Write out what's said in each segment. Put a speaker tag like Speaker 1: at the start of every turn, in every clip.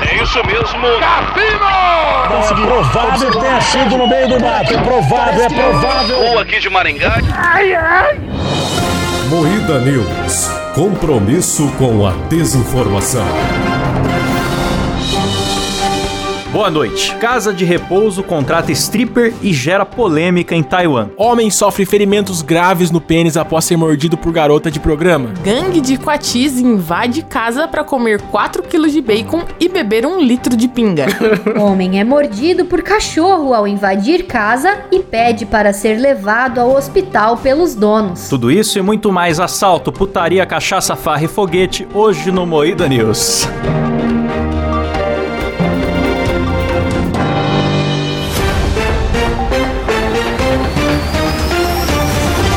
Speaker 1: É isso mesmo. Cassino!
Speaker 2: Conseguiu. Provável tenha sido no meio do mato. É provável, é provável.
Speaker 1: Ou aqui de Maringá.
Speaker 3: Moída News. Compromisso com a desinformação.
Speaker 4: Boa noite. Casa de repouso contrata stripper e gera polêmica em Taiwan.
Speaker 5: Homem sofre ferimentos graves no pênis após ser mordido por garota de programa.
Speaker 6: Gangue de Quatis invade casa para comer 4 quilos de bacon e beber um litro de pinga.
Speaker 7: Homem é mordido por cachorro ao invadir casa e pede para ser levado ao hospital pelos donos.
Speaker 4: Tudo isso e muito mais assalto, putaria, cachaça, farra e foguete hoje no Moída News.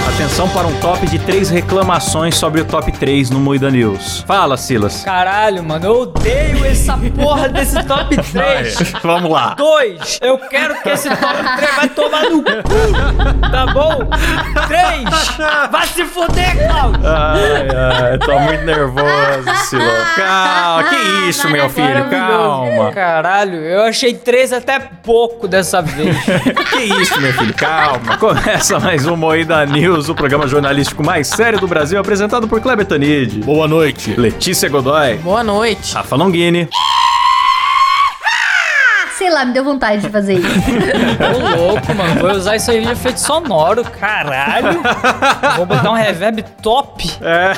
Speaker 4: Atenção para um top de três reclamações sobre o top 3 no Moída News. Fala, Silas.
Speaker 8: Caralho, mano, eu odeio essa porra desse top 3.
Speaker 4: Vamos lá.
Speaker 8: Dois, eu quero que esse top 3 vai tomar no cu, tá bom? Três, vai se foder, Cláudio.
Speaker 4: Ai, ai, tô muito nervoso, Silas. Calma, que isso, meu filho, calma.
Speaker 8: Caralho, eu achei três até pouco dessa vez.
Speaker 4: Que isso, meu filho, calma. Começa mais um Moída News, o programa jornalístico mais sério do Brasil, apresentado por Kleber Tanid,
Speaker 2: Boa noite.
Speaker 4: Letícia Godoy,
Speaker 6: Boa noite.
Speaker 4: Rafa Longini,
Speaker 7: Ah, Sei lá, me deu vontade de fazer isso.
Speaker 8: Ô louco, mano, vou usar isso aí de efeito sonoro, caralho. Vou botar um reverb top.
Speaker 4: É,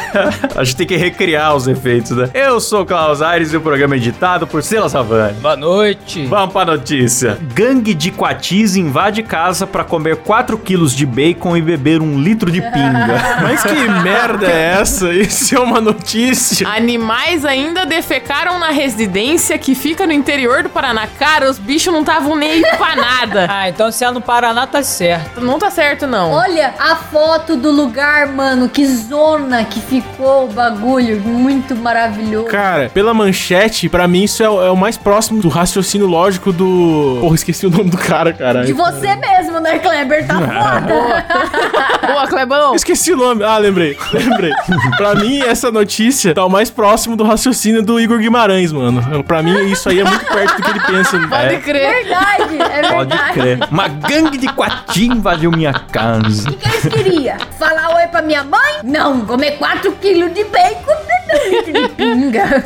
Speaker 4: a gente tem que recriar os efeitos, né? Eu sou o Klaus Aires e o programa é editado por Silas Havani.
Speaker 8: Boa noite.
Speaker 4: Vamos pra notícia. Gangue de Quatis invade casa pra comer 4 quilos de bacon e beber um litro de pinga.
Speaker 2: Mas que merda é essa? Isso é uma notícia.
Speaker 6: Animais ainda defecaram na residência que fica no interior do Paraná. Cara, os bichos não estavam nem aí pra nada.
Speaker 8: Ah, então se é no Paraná, tá certo.
Speaker 6: Não tá certo, não.
Speaker 7: Olha a foto do lugar, mano. Que zona que ficou o bagulho. Muito maravilhoso.
Speaker 5: Cara, pela manchete, pra mim isso é, o- é o mais próximo do raciocínio lógico do. Porra, esqueci o nome do cara, cara.
Speaker 7: De você mesmo, né, Kleber? Tá foda.
Speaker 6: Boa, Clebão.
Speaker 5: Esqueci o nome. Ah, lembrei. Lembrei. pra mim, essa notícia tá o mais próximo do raciocínio do Igor Guimarães, mano. Pra mim, isso aí é muito perto do que ele pensa.
Speaker 6: Pode
Speaker 4: é.
Speaker 6: crer.
Speaker 7: Verdade, é
Speaker 4: Pode
Speaker 7: verdade.
Speaker 4: crer. Uma gangue de Quati invadiu minha casa.
Speaker 7: O que eles queriam? Falar oi pra minha mãe? Não, comer 4 quilos de bacon e um litro de pinga.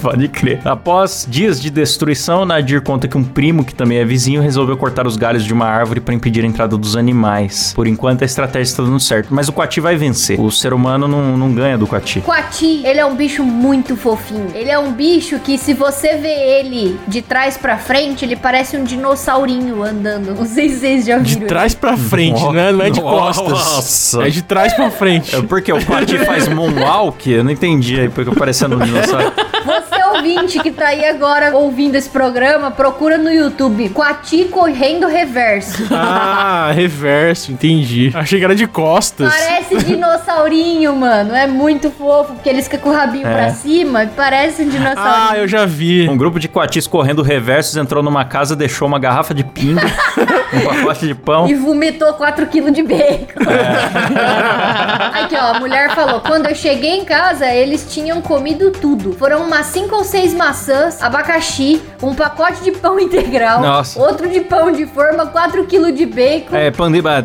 Speaker 4: Pode crer. Após dias de destruição, Nadir conta que um primo, que também é vizinho, resolveu cortar os galhos de uma árvore para impedir a entrada dos animais. Por enquanto, a estratégia está dando certo, mas o Quati vai vencer. O ser humano não, não ganha do Quati.
Speaker 7: Coati, ele é um bicho muito fofinho. Ele é um bicho que, se você vê ele de trás pra frente, ele parece um dinossaurinho andando. Não sei se vocês já
Speaker 5: De
Speaker 7: viram.
Speaker 5: trás pra frente,
Speaker 4: Nossa.
Speaker 5: né? Não é de
Speaker 4: Nossa.
Speaker 5: costas. É de trás pra frente.
Speaker 4: É porque o Quati faz moonwalk? Eu não entendi aí, porque parecendo um dinossauro.
Speaker 7: Você ouvinte que tá aí agora ouvindo esse programa, procura no YouTube Coati correndo reverso.
Speaker 5: Ah, reverso, entendi. Achei que era de costas.
Speaker 7: Parece dinossaurinho, mano. É muito fofo, porque eles ficam com o rabinho
Speaker 4: É.
Speaker 7: pra cima e parece um dinossaurinho.
Speaker 5: Ah, eu já vi.
Speaker 4: Um grupo de coatis correndo reversos entrou numa casa, deixou uma garrafa de pinga, um pacote de pão.
Speaker 7: E vomitou 4 quilos de bacon.
Speaker 4: É.
Speaker 7: Aqui, ó, a mulher falou: quando eu cheguei em casa, eles tinham comido tudo. Foram umas 5 ou 6 maçãs, abacaxi, um pacote de pão integral,
Speaker 4: Nossa.
Speaker 7: outro de pão de forma, 4 quilos de bacon.
Speaker 4: É, pão de batata,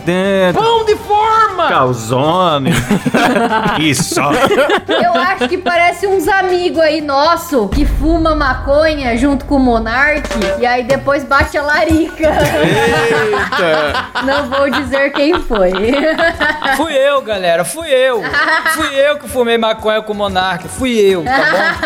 Speaker 8: Pão de forma!
Speaker 4: calzone. Isso.
Speaker 7: Eu acho que parece uns amigos aí nosso que fuma maconha junto com o Monark e aí depois bate a larica. Não vou dizer quem foi.
Speaker 8: Ah, Fui eu, galera, fui eu. Fui eu que fumei maconha com o Monark, fui eu, tá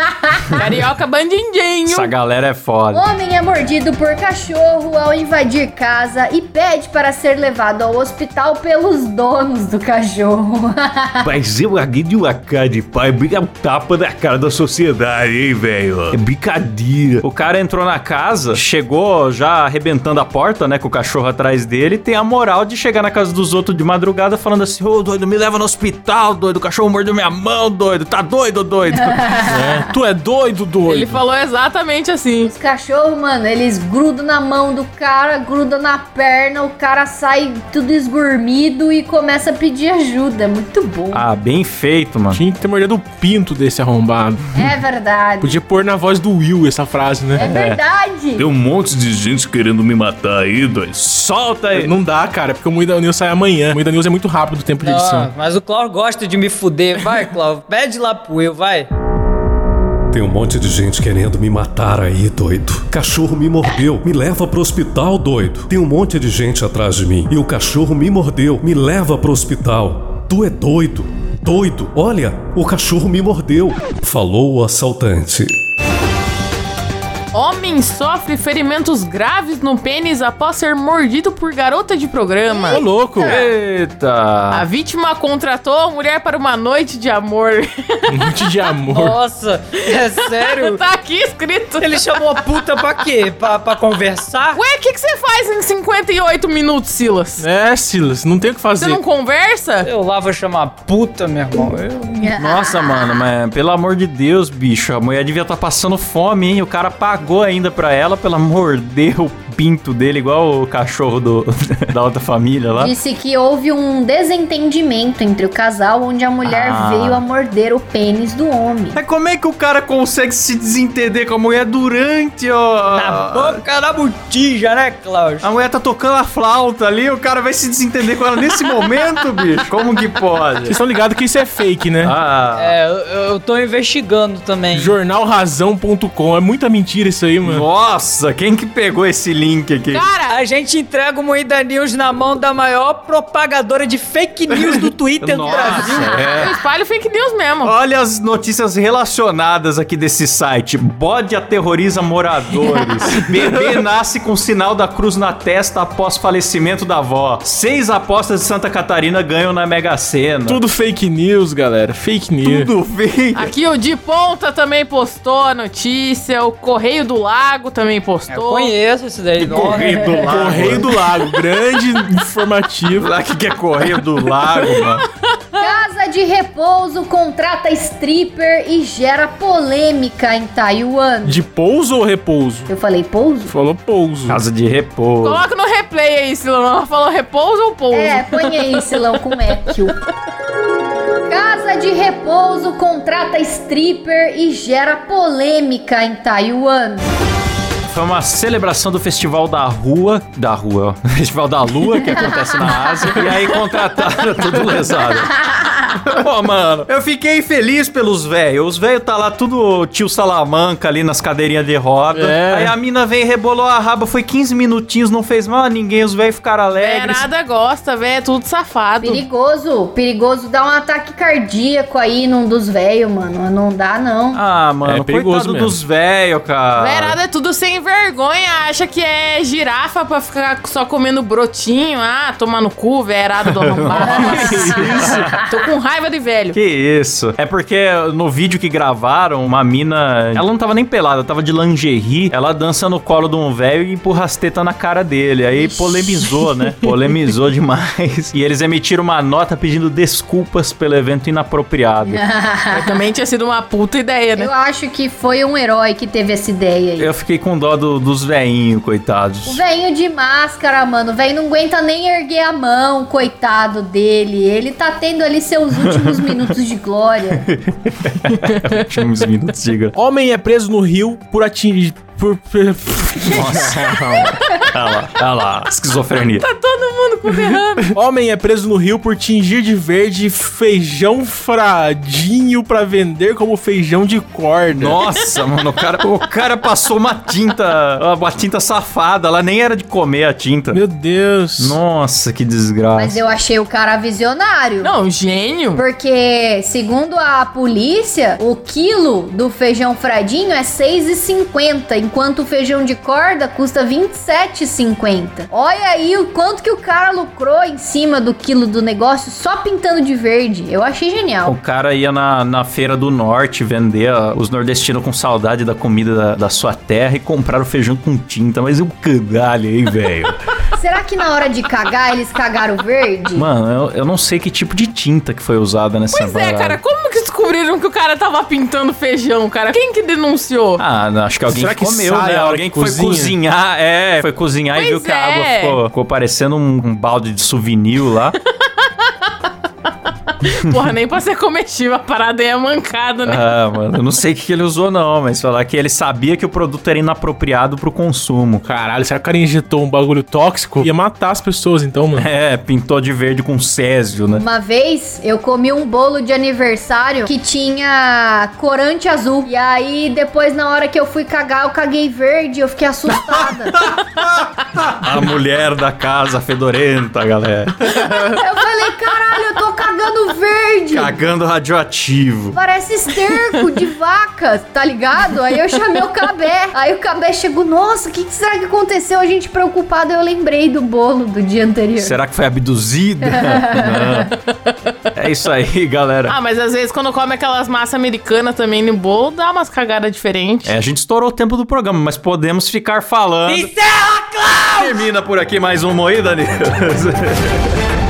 Speaker 6: Carioca bandindinho.
Speaker 4: Essa galera é foda.
Speaker 7: Homem é mordido por cachorro ao invadir casa e pede para ser levado ao hospital pelos donos do cachorro.
Speaker 4: Mas eu aqui de uma cara de pai, briga um tapa na cara da sociedade, hein, velho? É brincadeira. O cara entrou na casa, chegou já arrebentando a porta, né, com o cachorro atrás dele, e tem a moral de chegar na casa dos outros de madrugada falando assim, ô, doido, me leva no hospital, doido, o cachorro mordeu minha mão, doido, tá doido, doido.
Speaker 5: Tu é doido, doido, doido.
Speaker 6: Ele falou exatamente assim.
Speaker 7: Os cachorros, mano, eles grudam na mão do cara, grudam na perna, o cara sai tudo esgurmido e começa a pedir ajuda. É Muito bom.
Speaker 4: Ah, bem feito, mano.
Speaker 5: Tinha que ter mordido o pinto desse arrombado.
Speaker 7: É verdade.
Speaker 5: Podia pôr na voz do Will essa frase,
Speaker 7: É
Speaker 5: né?
Speaker 7: verdade.
Speaker 4: um monte de gente querendo me matar aí, dois. Solta aí.
Speaker 5: Não dá, cara, porque o Muida News sai amanhã. O Muida News é muito rápido o tempo de
Speaker 8: Ó,
Speaker 5: edição.
Speaker 8: mas o Clau gosta de me fuder. Vai, Clau, pede lá pro Will, vai.
Speaker 3: Tem um monte de gente querendo me matar aí, doido. Cachorro me mordeu, me leva pro hospital, doido. Tem um monte de gente atrás de mim e o cachorro me mordeu, me leva pro hospital. Tu é doido, doido. Olha, o cachorro me mordeu, falou o assaltante.
Speaker 6: Homem sofre ferimentos graves no pênis após ser mordido por garota de programa.
Speaker 5: Ô, louco.
Speaker 4: Eita.
Speaker 6: A vítima contratou a mulher para uma noite de amor.
Speaker 5: Um monte de amor.
Speaker 8: Nossa, é sério?
Speaker 6: tá aqui escrito.
Speaker 8: Ele chamou a puta pra quê? Pra, pra conversar?
Speaker 6: Ué, o que, que você faz em 58 minutos, Silas?
Speaker 5: É, Silas, não tem o que
Speaker 6: Você
Speaker 5: fazer.
Speaker 6: não conversa?
Speaker 8: Eu lá vou chamar a puta, meu irmão.
Speaker 4: um
Speaker 8: Eu-
Speaker 4: Nossa, mano, mas pelo amor de Deus, bicho. A mulher devia estar passando fome, hein? O cara pagou ainda pra ela pra ela morder o pinto dele, igual o cachorro do, da outra família lá.
Speaker 7: Disse que houve um desentendimento entre o casal, onde a mulher
Speaker 4: Ah.
Speaker 7: veio a morder o pênis do homem.
Speaker 4: Mas como é que o cara consegue se desentender com a mulher durante, ó?
Speaker 8: Na boca da botija, né, Klaus?
Speaker 4: A mulher tá tocando a flauta ali, o cara vai se desentender com ela nesse momento, bicho. Como que
Speaker 5: Vocês
Speaker 4: pode?
Speaker 5: estão ligados que isso é fake, né?
Speaker 4: Ah,
Speaker 8: É, eu, eu tô investigando também.
Speaker 5: Jornalrazão.com. É muita mentira isso aí, mano.
Speaker 4: nossa, quem que pegou esse link aqui?
Speaker 8: Cara, a gente entrega o Moída News na mão da maior propagadora de fake news do Twitter do um Brasil.
Speaker 4: é.
Speaker 6: Eu espalho fake news mesmo.
Speaker 4: Olha as notícias relacionadas aqui desse site. Bode aterroriza moradores. Bebê nasce com sinal da cruz na testa após falecimento da avó. Seis apostas de Santa Catarina ganham na Mega Sena.
Speaker 5: Tudo fake news, galera. Fake news.
Speaker 4: Tudo bem.
Speaker 6: Aqui o De Ponta também postou a notícia, o Correio do Lago também
Speaker 8: Eu
Speaker 6: postou.
Speaker 8: conheço isso daí.
Speaker 4: Correio do lago.
Speaker 5: É, Correio do Lago. Grande informativo.
Speaker 4: Lá que é correio do lago, mano.
Speaker 7: Casa de repouso contrata stripper e gera polêmica em Taiwan.
Speaker 5: De pouso ou repouso?
Speaker 7: Eu falei pouso?
Speaker 5: Falou pouso.
Speaker 4: Casa de repouso.
Speaker 6: Coloca no replay aí, Silão. Ela falou repouso ou pouso?
Speaker 7: É, põe aí, Silão, com Matthew. Casa de repouso contrata stripper e gera polêmica em Taiwan.
Speaker 4: Foi uma celebração do Festival da Rua. Da Rua, ó. Festival da Lua, que acontece na Ásia. E aí contrataram tudo lesado. Pô, mano, eu fiquei feliz pelos velhos. Os velhos tá lá tudo tio Salamanca ali nas cadeirinhas de roda.
Speaker 5: É.
Speaker 4: Aí a mina veio e rebolou a raba. Foi 15 minutinhos, não fez mal a ninguém. Os velhos ficaram
Speaker 6: É,
Speaker 4: alegres.
Speaker 6: nada gosta, velho. É tudo safado.
Speaker 7: Perigoso, perigoso dar um ataque cardíaco aí num dos velhos, mano. Não dá, não.
Speaker 4: Ah, mano,
Speaker 5: É perigoso
Speaker 4: coitado
Speaker 5: mesmo.
Speaker 4: dos velhos, cara.
Speaker 6: Verada é tudo sem vergonha, acha que é girafa pra ficar só comendo brotinho, ah, tomar no cu, verada do arrombado. Tô com raiva de velho.
Speaker 4: Que isso. É porque no vídeo que gravaram, uma mina. Ela não tava nem pelada, tava de lingerie. Ela dança no colo de um velho e empurra as tetas na cara dele. Aí polemizou, né? Polemizou demais. E eles emitiram uma nota pedindo desculpas pelo evento inapropriado.
Speaker 7: É.
Speaker 6: Mas Também tinha sido uma puta ideia, Ah, né?
Speaker 7: Eu acho que foi um herói que teve essa ideia aí.
Speaker 4: Eu fiquei com dó do- dos veinhos,
Speaker 7: O
Speaker 4: coitados.
Speaker 7: velhinho de máscara, mano. O velho não aguenta nem erguer a mão, coitado dele. Ele tá tendo ali seus últimos minutos de glória.
Speaker 4: Tinha uns minutos, diga.
Speaker 5: Homem é preso no Rio por atingir. Por...
Speaker 4: Olha lá, olha lá. Esquizofrenia.
Speaker 5: Homem é preso no Rio por tingir de verde feijão fradinho pra vender como feijão de corda.
Speaker 4: Nossa, mano, o cara, o cara passou uma tinta, uma tinta safada. Ela nem era de comer a tinta.
Speaker 5: Meu Deus.
Speaker 4: Nossa, que desgraça.
Speaker 7: Mas eu achei o cara visionário.
Speaker 6: Não, gênio.
Speaker 7: Porque, segundo a polícia, o quilo do feijão fradinho é 6,50, enquanto o feijão de corda custa 27,50. Olha aí o quanto que o cara lucrou em cima do quilo do negócio só pintando de verde. Eu achei
Speaker 4: O
Speaker 7: genial.
Speaker 4: cara ia na, na feira do norte vender a- os nordestinos com saudade da comida da, da sua terra e compraram feijão com tinta. Mas eu canalha, hein, velho?
Speaker 7: Será que na hora de cagar eles cagaram verde?
Speaker 4: Mano, eu, eu não sei que tipo de tinta que foi usada nessa
Speaker 6: Pois é,
Speaker 4: parada.
Speaker 6: cara, como que descobriram que o cara tava pintando feijão, cara? Quem que denunciou?
Speaker 4: Ah, não, acho que alguém
Speaker 5: Será
Speaker 4: que
Speaker 5: que
Speaker 4: comeu,
Speaker 5: sai
Speaker 4: né?
Speaker 5: a hora
Speaker 4: Alguém que
Speaker 5: que
Speaker 4: foi
Speaker 5: cozinha?
Speaker 4: cozinhar, é, foi cozinhar e
Speaker 6: Pois
Speaker 4: viu que a água
Speaker 6: é.
Speaker 4: ficou, ficou parecendo um, um balde de souvenir lá.
Speaker 6: Ah, Porra, nem pra ser comestível, a parada aí é mancada, né?
Speaker 4: ah, mano, eu não sei o que ele usou não, mas falar que ele sabia que o produto era inapropriado pro consumo.
Speaker 5: Caralho, será que o cara injetou um bagulho tóxico? Ia matar as pessoas, então, mano.
Speaker 4: É, pintou de verde com césio, né?
Speaker 7: Uma vez eu comi um bolo de aniversário que tinha corante azul. E aí, depois, na hora que eu fui cagar, eu caguei verde. Eu fiquei assustada.
Speaker 4: A mulher da casa fedorenta, galera.
Speaker 7: eu falei, caralho, eu tô cagando verde.
Speaker 4: Cagando radioativo.
Speaker 7: Parece esterco de vaca, tá ligado? Aí eu chamei o Cabé. Aí o Cabé chegou, nossa, o que, que será que aconteceu? A gente preocupada, eu lembrei do bolo do dia anterior.
Speaker 4: Será que foi abduzida? Não. é isso aí, galera.
Speaker 6: Ah, mas às vezes quando come aquelas massas americanas também no bolo, dá umas cagadas diferentes.
Speaker 4: É, a gente estourou o tempo do programa, mas podemos ficar falando. Encerra, Cláudio! Termina por aqui mais um Moída News.